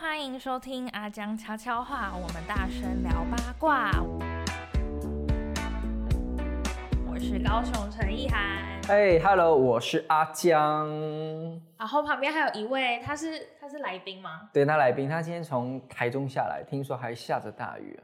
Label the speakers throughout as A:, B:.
A: 欢迎收听阿江悄悄话，我们大声聊八卦。我是高雄陈意涵，
B: 哎、h e l l o 我是阿江。
A: 然后旁边还有一位，他是他是来宾吗？
B: 对他来宾，他今天从台中下来，听说还下着大雨。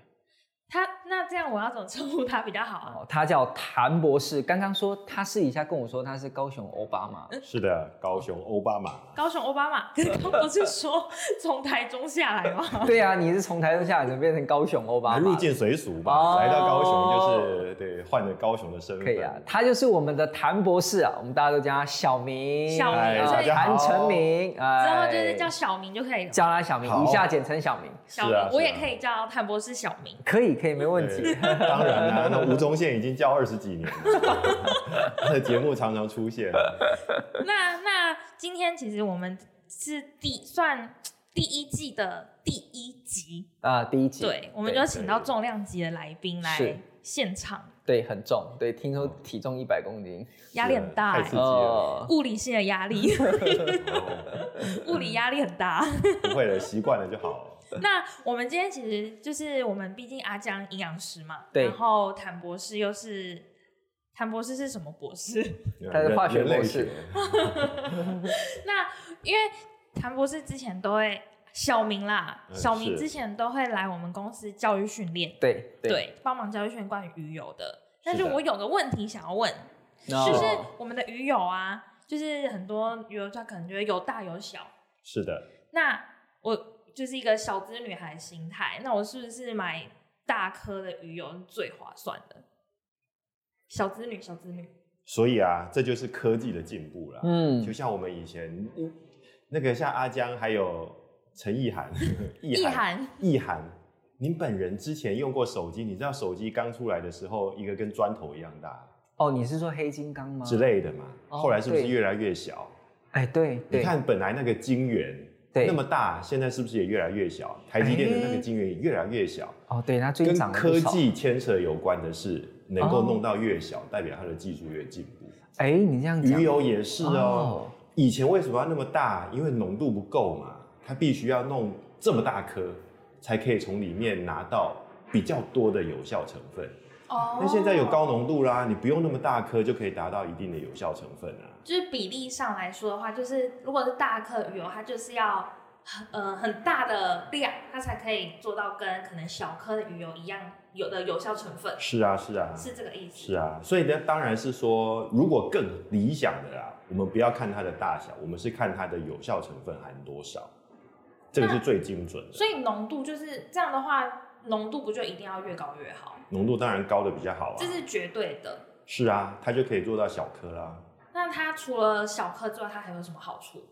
A: 他那这样我要怎么称呼他比较好啊？
B: 哦，他叫谭博士。刚刚说他私底下跟我说他是高雄欧 巴嘛，
C: 是的，高雄欧巴马。
A: 高雄奥巴 马，可是他不是说从台中下来吗？
B: 对啊，你是从台中下来，怎么变成高雄欧巴
C: 来
B: 嘛？
C: 入境随俗吧，
B: 哦
C: 来到高雄就是对换了高雄的身份，
B: 可以啊，他就是我们的谭博士啊，我们大家都叫他小明，
A: 小明
C: 哎
B: 啊
A: 所以
B: 谭成明，哎
A: 之后就是叫小明就可以了。
B: 叫他小明，
C: 好
B: 以下简称小明，
A: 小
C: 是
A: 明，
C: 啊是啊
A: 我也可以叫谭博士小明。
B: 可以可以，没问
C: 对
B: 题。
C: 当然啦、那吴宗宪已经叫二十几 年了，他的节目常常出现。
A: 那那今天其实我们是第算第一季的第一集，
B: 啊，第一集，
A: 对，我们就请到重量级的来宾来
B: 是
A: 现场，
B: 对很重，对，听说体重一百公斤，哦
A: 压力很大、
C: 太刺激
A: 欸，
C: 了，
A: 物理性的压力，物理压力很大。
C: 不会的，习惯了就好。
A: 那我们今天其实就是我们，毕竟阿江营养师嘛，
B: 对
A: 然后谭博士又是谭博士是什么博士？
B: 他是化学
C: 人类
B: 博士
C: 学
A: 那因为谭博士之前都会小明啦，
C: 嗯
A: 小明
C: 是
A: 之前都会来我们公司教育训练，
B: 对
A: 对，帮忙教育训练关于鱼油的。但是
C: 是的
A: 我有个问题想要问，
C: 哦
B: 然后
A: 就是我们的鱼友啊，就是很多鱼友它可能觉得有大有小，
C: 是的，
A: 那我就是一个小资女孩心态，那我是不是买大颗的鱼油是最划算的？小资女，小资女，
C: 所以啊，这就是科技的进步啦。
B: 嗯
C: 就像我们以前嗯那个像阿江还有陈意涵，
A: 意涵
C: 意涵，您本人之前用过手机，你知道手机刚出来的时候，一个跟砖头一样大
B: 哦，你是说黑金刚吗？
C: 之。类的嘛，
B: 哦
C: 后来是不是
B: 对
C: 越来越小？
B: 哎，对
C: 你
B: 对，
C: 看本来那个晶圆
B: 对
C: 那么大，现在是不是也越来越小？哎台积电的那个晶圆也越来越小，
B: 哦，对，它最近
C: 跟
B: 涨了不
C: 科
B: 少。
C: 技牵扯有关的是，能
B: 哦
C: 够弄到越小，代表它的技术越进步。
B: 哎，你这样讲，
C: 鱼油也是哦
B: 哦。
C: 以前为什么要那么大？因为浓度不够嘛，它必须要弄这么大颗，才可以从里面拿到比较多的有效成分。
A: 哦
C: 那现在有，高浓度啦，你不用那么大颗就可以达到一定的有效成分啊。
A: 就是比例上来说的话，就是如果是大颗鱼油，它就是要呃很大的量，它才可以做到跟可能小颗的鱼油一样有的有效成分，
C: 是啊，是啊，
A: 是这个意思？
C: 是啊。所以呢，当然是说，如果更理想的啦，我们不要看它的大小，我们是看它的有效成分含多少，这个是最精准的。
A: 所以浓度就是这样的话，浓度不就一定要越高越好？
C: 浓度当然高的比较好啊
A: 这。是绝对的。
C: 是啊，它就可以做到小颗啊啦。
A: 那它除了小颗之外，它还有什么好处？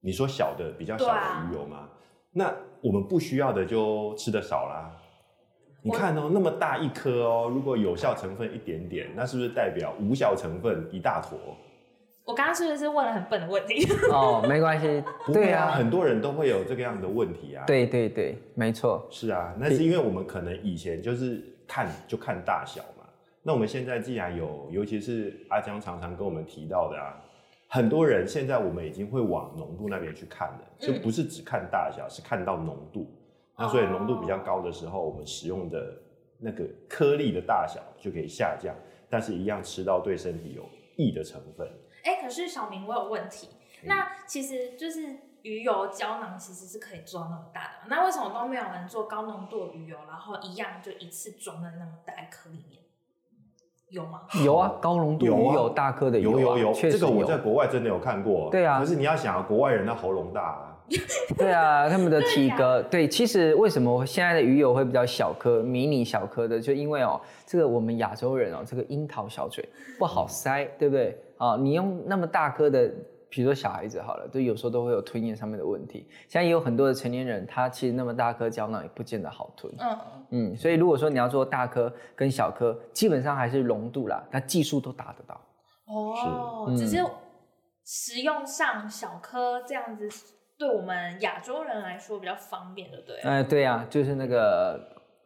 C: 你说小的比较小
A: 对啊
C: 的鱼油吗？那我们不需要的就吃的少啦。你
A: 我
C: 看哦，那么大一颗哦，如果有效成分一点点，那是不是代表无效成分一大坨？
A: 我刚刚是不是问了很笨的问题？
B: 哦，没关系
C: 不，会
B: 对啊，
C: 很多人都会有这个样的问题啊。，
B: 对对对，没错，
C: 是啊，那是因为我们可能以前就是看就看大小嘛。那我们现在既然有，尤其是阿江常常跟我们提到的啊，很多人现在我们已经会往浓度那边去看了，就
B: 嗯
C: 不是只看大小，是看到浓度。那所以浓度比
B: 哦
C: 较高的时候，我们使用的那个颗粒的大小就可以下降，但是一样吃到对身体有益的成分。
A: 哎、可是小明，我有问题。那其实就是鱼油胶囊其实是可以装那么大的嘛，那为什么都没有人做高浓度的鱼油，然后一样就一次装在那么大一颗里面？有吗？
B: 有啊，高浓度鱼
C: 有啊
B: 油，大颗的鱼
C: 有
B: 油啊
C: 有有，
B: 确
C: 这
B: 实
C: 个我在
B: 有，
C: 国外真的有看过。
B: 对啊
C: 可是你要想啊，国外人的喉咙大啊。
B: 对啊，他们的体格，对，其实为什么现在的鱼油会比较小颗、迷你小颗的，就因为哦，这个我们亚洲人哦，这个樱桃小嘴不好塞，对不对？啊，你用那么大颗的。比如说小孩子好了，就有时候都会有吞咽上面的问题。现在也有很多的成年人，他其实那么大颗胶囊也不见得好吞。
A: 嗯，
B: 嗯，所以如果说你要做大颗跟小颗，基本上还是浓度啦，它技术都达得到。
A: 哦，
B: 是嗯
A: 只是食用上小颗这样子，对我们亚洲人来说比较方便，对不对了？
B: 哎、对呀、就是那个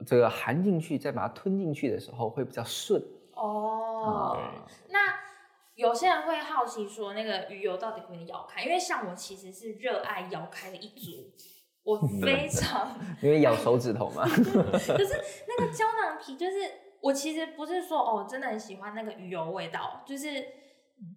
B: 这个含进去再把它吞进去的时候会比较顺
A: 哦，
B: 啊
A: 那有些人会好奇说，那个鱼油到底会不会咬开？因为像我其实是热爱咬开的一族，我非常，
B: 因为咬手指头嘛。
A: 可是那个胶囊皮就是我其实不是说哦，真的很喜欢那个鱼油味道，就是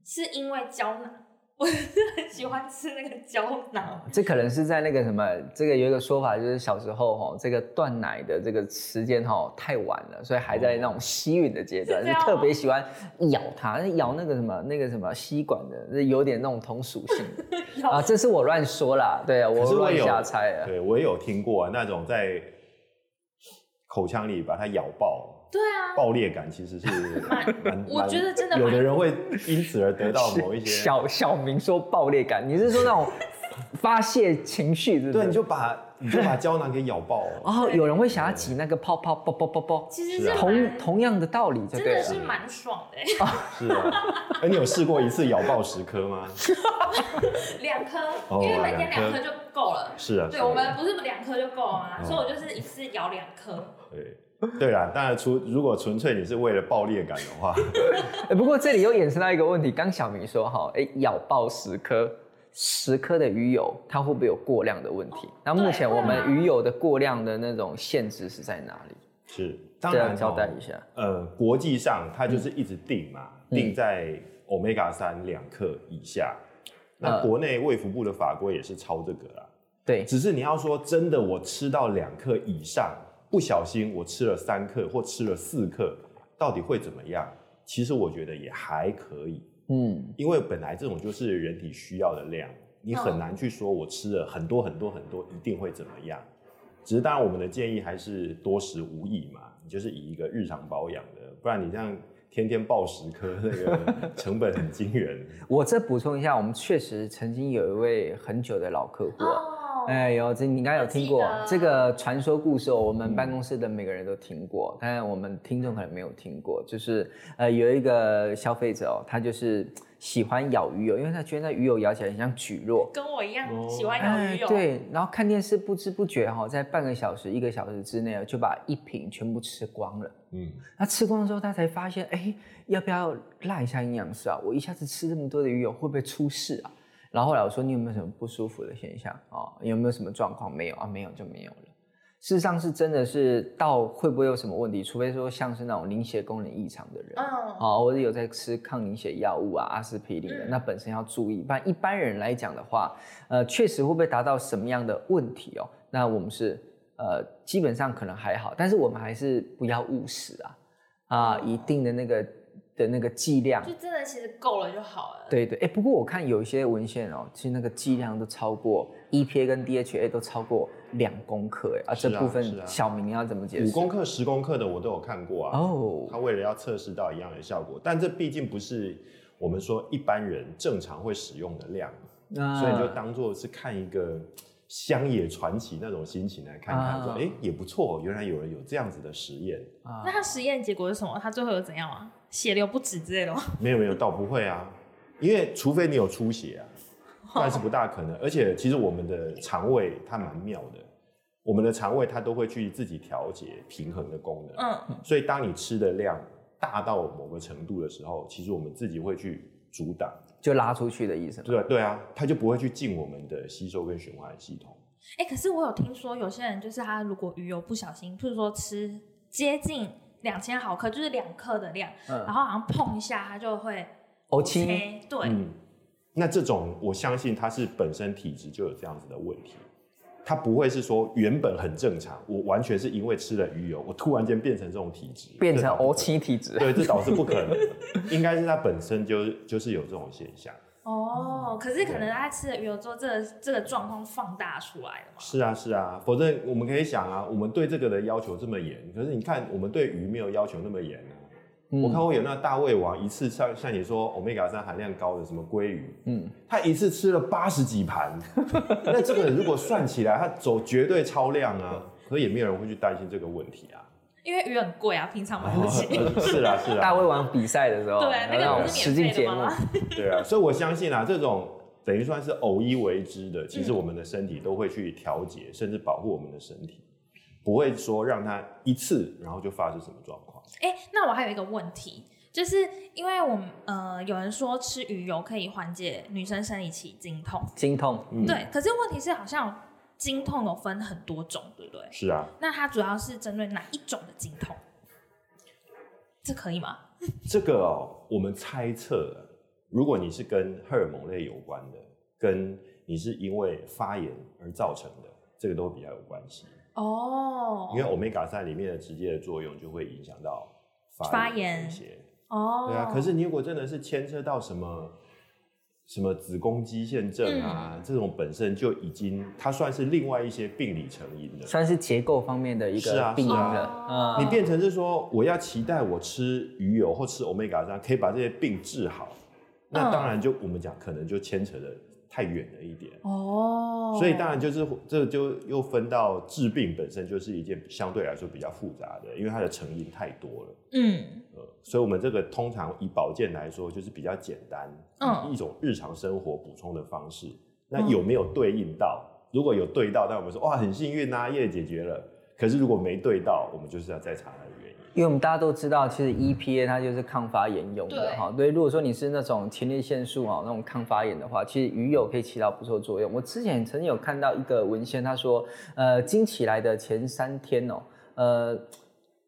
A: 是因为胶囊，我是很喜欢吃那个胶囊。
B: 这可能是在那个什么，这个有一个说法，就是小时候哈、这个断奶的这个时间哈、太晚了，所以还在那种吸吮的阶段，
A: 是这啊
B: 就
A: 样吗
B: 特别喜欢咬它，咬那个什么那个什么吸管的，这有点那种同属 性的
A: 咬
B: 啊。这是我乱说啦，对啊，
C: 可是我
B: 乱
C: 有
B: 瞎猜啊。
C: 对我也有听过、啊、那种在口腔里把它咬爆，
A: 对啊，
C: 爆裂感其实是
A: 蛮
C: 蛮，
A: 我觉得真的
C: 蛮有的
A: 蛮
C: 人会因此而得到某一些
B: 小小明说爆裂感，你是说那种发泄情绪，对不
C: 对，
B: 对？
C: 你就把你就把胶囊给咬爆、哦。
B: 哦，有人会想要挤那个泡泡，啵啵啵啵，
A: 其实
C: 是
A: 是
C: 啊
A: 蛮
B: 同同样的道理就
A: 真
B: 对
A: 的
B: 了。
A: 是蛮爽的、欸，
C: 是啊，哎、你有试过一次咬爆十颗吗？
A: 两颗，
C: 哦
A: 因为每天两
C: 两
A: 颗
C: 颗
A: 就够了。
C: 是啊，是
A: 对，
C: 啊
A: 我们不是两颗就够了吗？
C: 哦
A: 所以我就是一次咬两颗。
C: 对对啦，当然除如果纯粹你是为了爆裂感的话，
B: 哎不过这里又衍生到一个问题，刚小明说哈，哎，咬爆十颗，十颗的鱼油，它会不会有过量的问题？那目前我
A: 对
B: 们
A: 会啊
B: 鱼油的过量的那种限制是在哪里？
C: 是当
B: 这
C: 然、
B: 样
C: 哦、
B: 啊交代一下。
C: 呃，国际上它就是一直定嘛，
B: 嗯
C: 定在 omega 三两克以下。那
B: 呃
C: 国内卫福部的法规也是超这个啦，
B: 对，
C: 只是你要说真的，我吃到两克以上，不小心我吃了三克或吃了四克，到底会怎么样？其实我觉得也还可以，
B: 嗯，
C: 因为本来这种就是人体需要的量，你很难去说我吃了很多很多很多一定会怎么样。只是当然我们的建议还是多食无益嘛，你就是以一个日常保养的，不然你这样天天暴食颗，那个成本很惊人。
B: 我这补充一下，我们确实曾经有一位很久的老客户啊。
A: 哦，
B: 哎呦，这你应该有听过
A: 我记得
B: 这个传说故事哦，我们办公室的每个人都听过，
A: 嗯
B: 但是我们听众可能没有听过。就是呃，有一个消费者哦，他就是喜欢咬鱼油，因为他觉得那鱼油咬起来很像蒟蒻。哎
A: 跟我一样
C: 哦
A: 喜欢咬鱼油。，
B: 对，然后看电视不知不觉哈、哦，在半个小时、一个小时之内哦就把一瓶全部吃光了。
C: 嗯，
B: 他吃光之后，他才发现，哎，要不要辣一下营养师啊？我一下子吃这么多的鱼油，会不会出事啊？然后后来我说，你有没有什么不舒服的现象啊、哦？有没有什么状况？没有啊，没有就没有了。事实上是真的是到会不会有什么问题，除非说像是那种凝血功能异常的人，
A: 嗯，
B: 哦，或者有在吃抗凝血药物啊、阿司匹林的，
A: 嗯
B: 那本身要注意。不然一般人来讲的话，呃，确实会不会达到什么样的问题哦？那我们是呃，基本上可能还好，但是我们还是不要误食啊啊，一定的那个的那个剂量。
A: 嗯就真的其实够了就好了。
B: 对对，哎，不过我看有一些文献哦，其实那个剂量都超过 EPA 跟 DHA 都超过两公克，哎啊，
C: 是
B: 这
C: 啊
B: 部分
C: 是啊
B: 小明你要怎么解释？
C: 五公克、十公克的我都有看过啊。
B: 哦
C: 他为了要测试到一样的效果，但这毕竟不是我们说一般人正常会使用的量，
B: 那
C: 所以就当做是看一个乡野传奇那种心情来看看，
B: 啊
C: 说哎、诶也不错，原来有人有这样子的实验，
B: 啊
A: 那他实验结果是什么？他最后有怎样啊？血流不止之类的吗？
C: 没有没有，倒不会啊，因为除非你有出血啊，不然是不大可能。而且其实我们的肠胃它蛮妙的，我们的肠胃它都会去自己调节平衡的功能，
A: 嗯，
C: 所以当你吃的量大到某个程度的时候，其实我们自己会去阻挡，
B: 就拉出去的意思嘛。
C: 对啊对啊，它就不会去进我们的吸收跟循环系统。
A: 哎、可是我有听说有些人就是他如果鱼油不小心，譬如说吃接近两千毫克，就是两克的量，
B: 嗯
A: 然后好像碰一下他就会
B: 哦，亲。
A: 切对，
C: 嗯，那这种我相信他是本身体质就有这样子的问题，他不会是说原本很正常，我完全是因为吃了鱼油，我突然间变成这种体质，
B: 变成
C: 这倒不可
B: O 七体质。
C: 啊对，这倒是不可能的，应该是他本身就是就是有这种现象。
A: 哦，
B: 嗯
A: 可是可能他吃了鱼油之后，这个这个状况放大出来了嘛？
C: 是啊，是啊，否则我们可以想啊，我们对这个的要求这么严，可是你看我们对鱼没有要求那么严啊。
B: 嗯
C: 我看过有那大胃王一次像像你说 omega 三含量高的什么鲑鱼，
B: 嗯，
C: 他一次吃了八十几 盘，那这个如果算起来，他走绝对超量啊，可也没有人会去担心这个问题啊。
A: 因为鱼很贵啊，平常买不起。
B: 哦
C: 是啦是啊
B: 大
C: 啦，
B: 胃王比赛的时候，
A: 对啊
B: 有
A: 那个
B: 种
A: 不是
B: 哦实
A: 免
B: 境
A: 费
B: 节
A: 的
B: 目
A: 吗，
C: 对啊，所以我相信啊，这种等于算是偶一为之的，
A: 嗯
C: 其实我们的身体都会去调节，甚至保护我们的身体，不会说让它一次然后就发生什么状况。
A: 哎、那我还有一个问题，就是因为我们呃有人说吃鱼油可以缓解女生生理期经痛，
B: 经痛，
C: 嗯
A: 对，可是问题是好像经痛有分很多种，对不对？
C: 是啊，
A: 那它主要是针对哪一种的经痛？这可以吗？
C: 这个哦，我们猜测，啊如果你是跟荷尔蒙类有关的，跟你是因为发炎而造成的，这个都比较有关系。
A: 哦
C: 因为 omega 三里面的直接的作用就会影响到
A: 发
C: 发
A: 炎
C: 炎一些。
A: 哦，
C: 对啊，可是你如果真的是牵涉到什么什么子宫肌腺症啊，
A: 嗯
C: 这种本身就已经它算是另外一些病理成因的。
B: 算是结构方面的一
C: 是
B: 个
C: 啊
B: 病因
C: 是
B: 了
A: 啊。
B: 嗯
C: 你变成是说，我要期待我吃鱼油或吃 omega 三可以把这些病治好，
A: 嗯
C: 那当然就、我们讲可能就牵扯的太远了一点。
A: 哦，
C: 所以当然就是这就又分到治病本身就是一件相对来说比较复杂的，因为它的成因太多了。
A: 嗯
C: 呃，所以我们这个通常以保健来说，就是比较简单，
A: 嗯
C: 一种日常生活补充的方式。那
A: 嗯
C: 有没有对应到？如果有对到，那我们说哇很幸运呐、耶解决了。可是如果没对到，我们就是要再查它的原因。
B: 因为我们大家都知道，其实 EPA 它就是抗发炎用的
A: 对
B: 哈。对，如果说你是那种前列腺素啊那种抗发炎的话，其实鱼油可以起到不错作用。我之前曾经有看到一个文献，他说，呃，经起来的前三天哦，呃。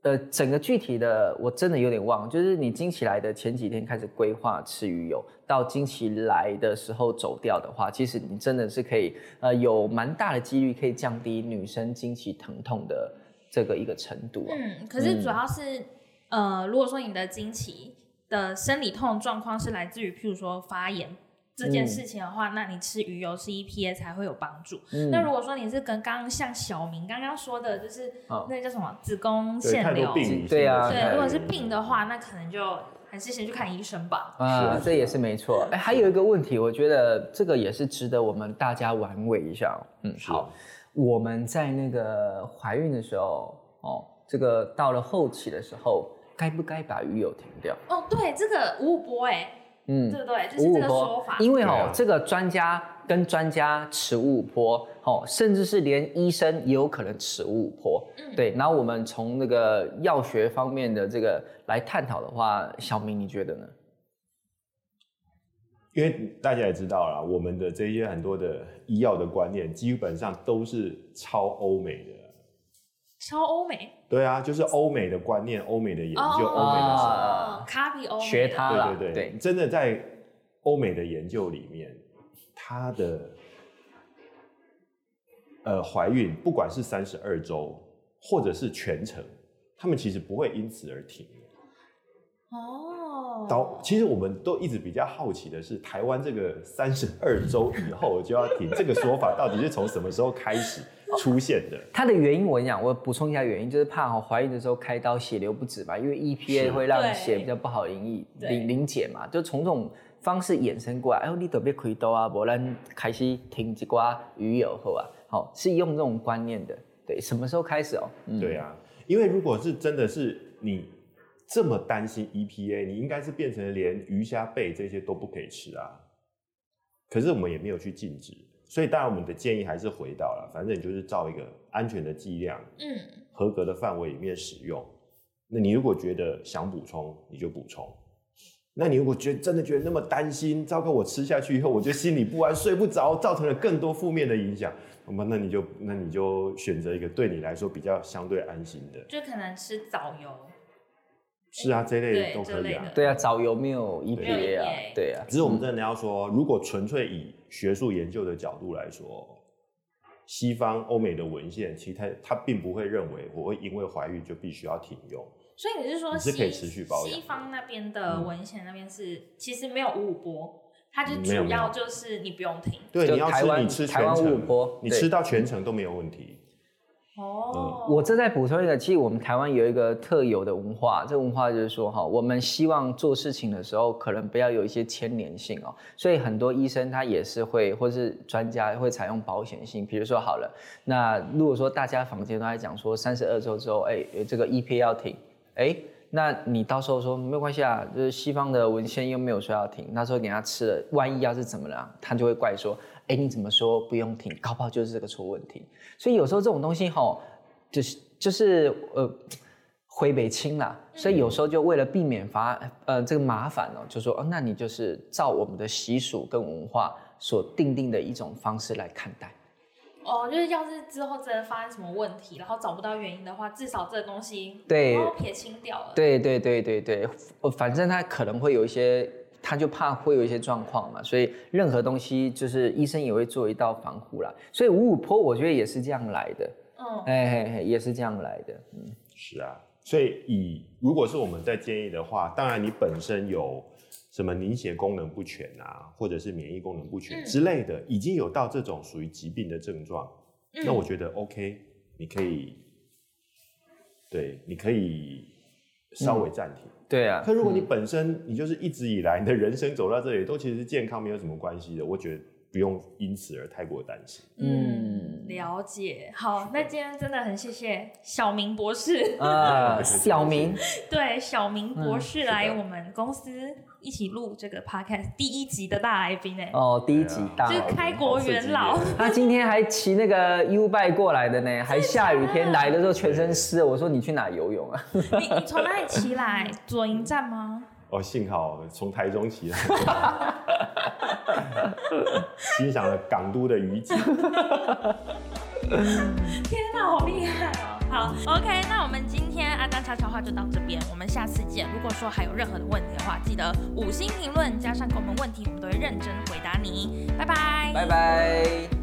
B: 呃，整个具体的我真的有点忘，就是你经期来的前几天开始规划吃鱼油，到经期来的时候走掉的话，其实你真的是可以，呃，有蛮大的几率可以降低女生经期疼痛的这个一个程度啊。
A: 嗯，可是主要是、呃，如果说你的经期的生理痛状况是来自于譬如说发炎。这
C: 嗯
A: 件事情的话，那你吃鱼油是 EPA 才会有帮助。
B: 嗯
A: 那如果说你是跟刚刚像小明刚刚说的，就是
B: 好
A: 那个叫什么子宫
C: 哦对，
A: 腺
C: 太
A: 瘤
C: 多，病理性的
B: 对啊
C: 太多
A: 对，如果是
C: 原因
A: 病的话，那可能就还是先去看医生吧。
B: 啊，
C: 是
B: 这也是没错。哎，还有一个问题，我觉得这个也是值得我们大家玩味一下哦。嗯，
C: 是
B: 好，我们在那个怀孕的时候，哦，这个到了后期的时候，该不该把鱼油停掉？
A: 哦，对，这个五五波哎，
B: 嗯
A: 对，不对？就是这个
B: 波
A: 说法。
B: 因为哦，
C: 对啊
B: 这个专家跟专家持五五坡，哦，甚至是连医生也有可能持五五坡。
A: 嗯
B: 对，然后我们从那个药学方面的这个来探讨的话，小明你觉得呢？
C: 因为大家也知道啦，我们的这些很多的医药的观念，基本上都是超欧美的。
A: 超欧美，
C: 对啊，就是欧美的观念、欧美的研究、欧、美的想法
A: 哦，卡比欧美
B: 学他啦，
C: 对对对，真的在欧美的研究里面，她的呃怀孕，不管是三十二周或者是全程，他们其实不会因此而停。
A: 哦，
C: 到其实我们都一直比较好奇的是，台湾这个三十二周以后就要停这个说法，到底是从什么时候开始出现的？
B: 它的原因我跟你讲，我补充一下原因，就是怕哈怀孕的时候开刀血流不止嘛，因为 EPA
C: 是
B: 会让
A: 对
B: 血比较不好凝液
A: 对
B: 凝凝结嘛，就从这种方式衍生过来。哎呦，你特别开刀啊，不然开始停一瓜鱼油后啊，好是用这种观念的。对，什么时候开始哦？嗯
C: 对啊，因为如果是真的是你这么担心 EPA，你应该是变成连鱼虾贝这些都不可以吃啊。可是我们也没有去禁止，所以当然我们的建议还是回到了，反正你就是照一个安全的剂量、
A: 嗯，
C: 合格的范围里面使用。那你如果觉得想补充，你就补充。那你如果觉得真的觉得那么担心，糟糕，我吃下去以后我就心里不安，睡不着，造成了更多负面的影响，那么那你就那你就选择一个对你来说比较相对安心的，
A: 就可能吃藻油，
C: 是啊，这类
A: 对
C: 的都可
A: 这类
C: 以
A: 的
C: 啊。
B: 对啊，早有没有
A: 没有
B: EPA 啊
A: EPA？
B: 对啊，
C: 只是我们真的要说，如果纯粹以学术研究的角度来说，西方欧美的文献，其实它它并不会认为我会因为怀孕就必须要停用。
A: 所以你是说
C: 你
A: 西
C: 是可以持续保养的
A: 西方那边的文献那边是其实没有五五波，它就
C: 嗯没有
A: 主
C: 没有
A: 要就是你不用停
C: 对，
B: 就
C: 你要
B: 台湾
C: 吃你吃
B: 台湾
C: 全
B: 五五坡
C: 程，你
B: 对
C: 吃到全程都没有问题。
A: 哦。
C: 嗯
B: 我这再补充一个，其实我们台湾有一个特有的文化，这个文化就是说哈，我们希望做事情的时候，可能不要有一些牵连性哦，所以很多医生他也是会，或是专家会采用保险性，比如说好了，那如果说大家房间都在讲说三十二周之后，哎，这个 EPA 要停，哎。那你到时候说没有关系啊，就是西方的文献又没有说要停，那时候给他吃了，万一要是怎么了，啊他就会怪说，哎，你怎么说不用停？搞不好就是这个错问题。所以有时候这种东西吼，就是就是呃回北清啦，所以有时候就为了避免罚呃这个麻烦哦，就说哦，那你就是照我们的习俗跟文化所定定的一种方式来看待。
A: 哦，就是要是之后真的发生什么问题，然后找不到原因的话，至少这个东西
B: 对
A: 然后撇清掉了。
B: 对对对对对，呃，反正他可能会有一些，他就怕会有一些状况嘛，所以任何东西就是医生也会做一道防护啦。所以五五坡我觉得也是这样来的，
A: 嗯，
B: 哎嘿嘿，也是这样来的。
C: 是啊，所以以如果是我们在建议的话，当然你本身有什么凝血功能不全啊，或者是免疫功能不全
A: 嗯
C: 之类的，已经有到这种属于疾病的症状，
A: 嗯
C: 那我觉得 OK，你可以，对，你可以稍微暂停。
B: 对啊，
C: 可如果你本身你就是一直以来你的人生走到这里都其实是健康没有什么关系的，我觉得不用因此而太过担心。
B: 嗯
A: 嗯，了解。好，那今天真的很谢谢小明博 士，
B: 啊，小明，
A: 对小明博士
C: 嗯是的
A: 来我们公司一起录这个 podcast 第一集的大来宾欸呢，
B: 哦，第一集大
A: 就
B: 佬
A: 是。开国元老
C: 好刺激耶
B: 他今天还骑那个 U 拜过来的呢，还下雨天来的时候全身湿了。我说你去哪游泳啊？
A: 你你从哪里骑来？左营站吗？
C: 哦，幸好从台中起来， 欣赏了港都的雨景。
A: 天哪，好厉害哦！好，OK，那我们今天阿张悄悄话就到这边，我们下次见。如果说还有任何的问题的话，记得五星评论加上给我们问题，我们都会认真回答你。拜拜，
B: 拜拜。